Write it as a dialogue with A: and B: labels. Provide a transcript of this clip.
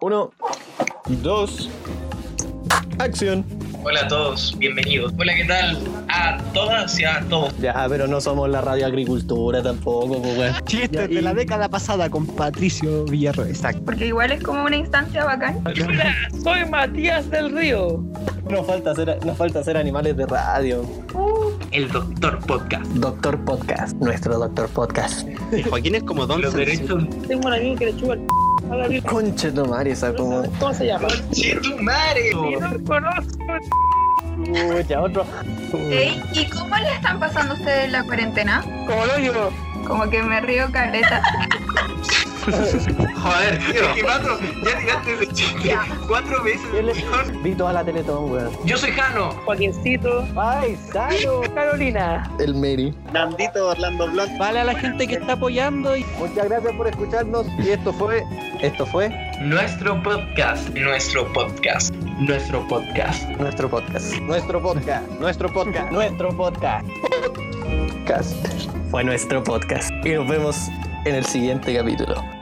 A: Uno, dos, acción.
B: Hola a todos, bienvenidos. Hola, ¿qué tal? A todas y a todos.
A: Ya, pero no somos la radio agricultura tampoco, pues, weón.
C: Chistes de la década pasada con Patricio Villarroel.
D: Exacto. Porque igual es como una instancia bacán.
E: Hola, soy Matías del Río.
A: Nos falta ser, nos falta ser animales de radio.
B: El Doctor Podcast.
A: Doctor Podcast, nuestro Doctor Podcast.
C: El Joaquín es como Don
B: Los
C: Sansu.
B: derechos.
E: Tengo un amigo que le chupa el a la virgen.
A: Conche tu madre, esa como.
E: ¿Cómo se llama?
B: ¡Chetumare!
E: Y no conozco.
A: Pucha, otro.
D: Ey, ¿Y cómo le están pasando ustedes la cuarentena?
E: Como lo yo.
D: Como que me río caleta.
B: Joder, tío. Es que, Pato, ya tiraste ese chiste cuatro veces.
A: ¿Qué le- Vi toda la Teletón, weón.
B: Yo soy Jano.
E: Joaquincito.
A: ¡Ay, Sano!
E: Carolina.
A: El Mary.
C: Nandito Orlando Blanco.
E: Vale a la gente que está apoyando y
A: Muchas gracias por escucharnos. Y esto fue. Esto fue
B: Nuestro podcast. Nuestro podcast. Nuestro podcast.
A: nuestro podcast. Nuestro podcast. Nuestro podcast. nuestro podcast. Podcast. Fue nuestro podcast. Y nos vemos en el siguiente capítulo.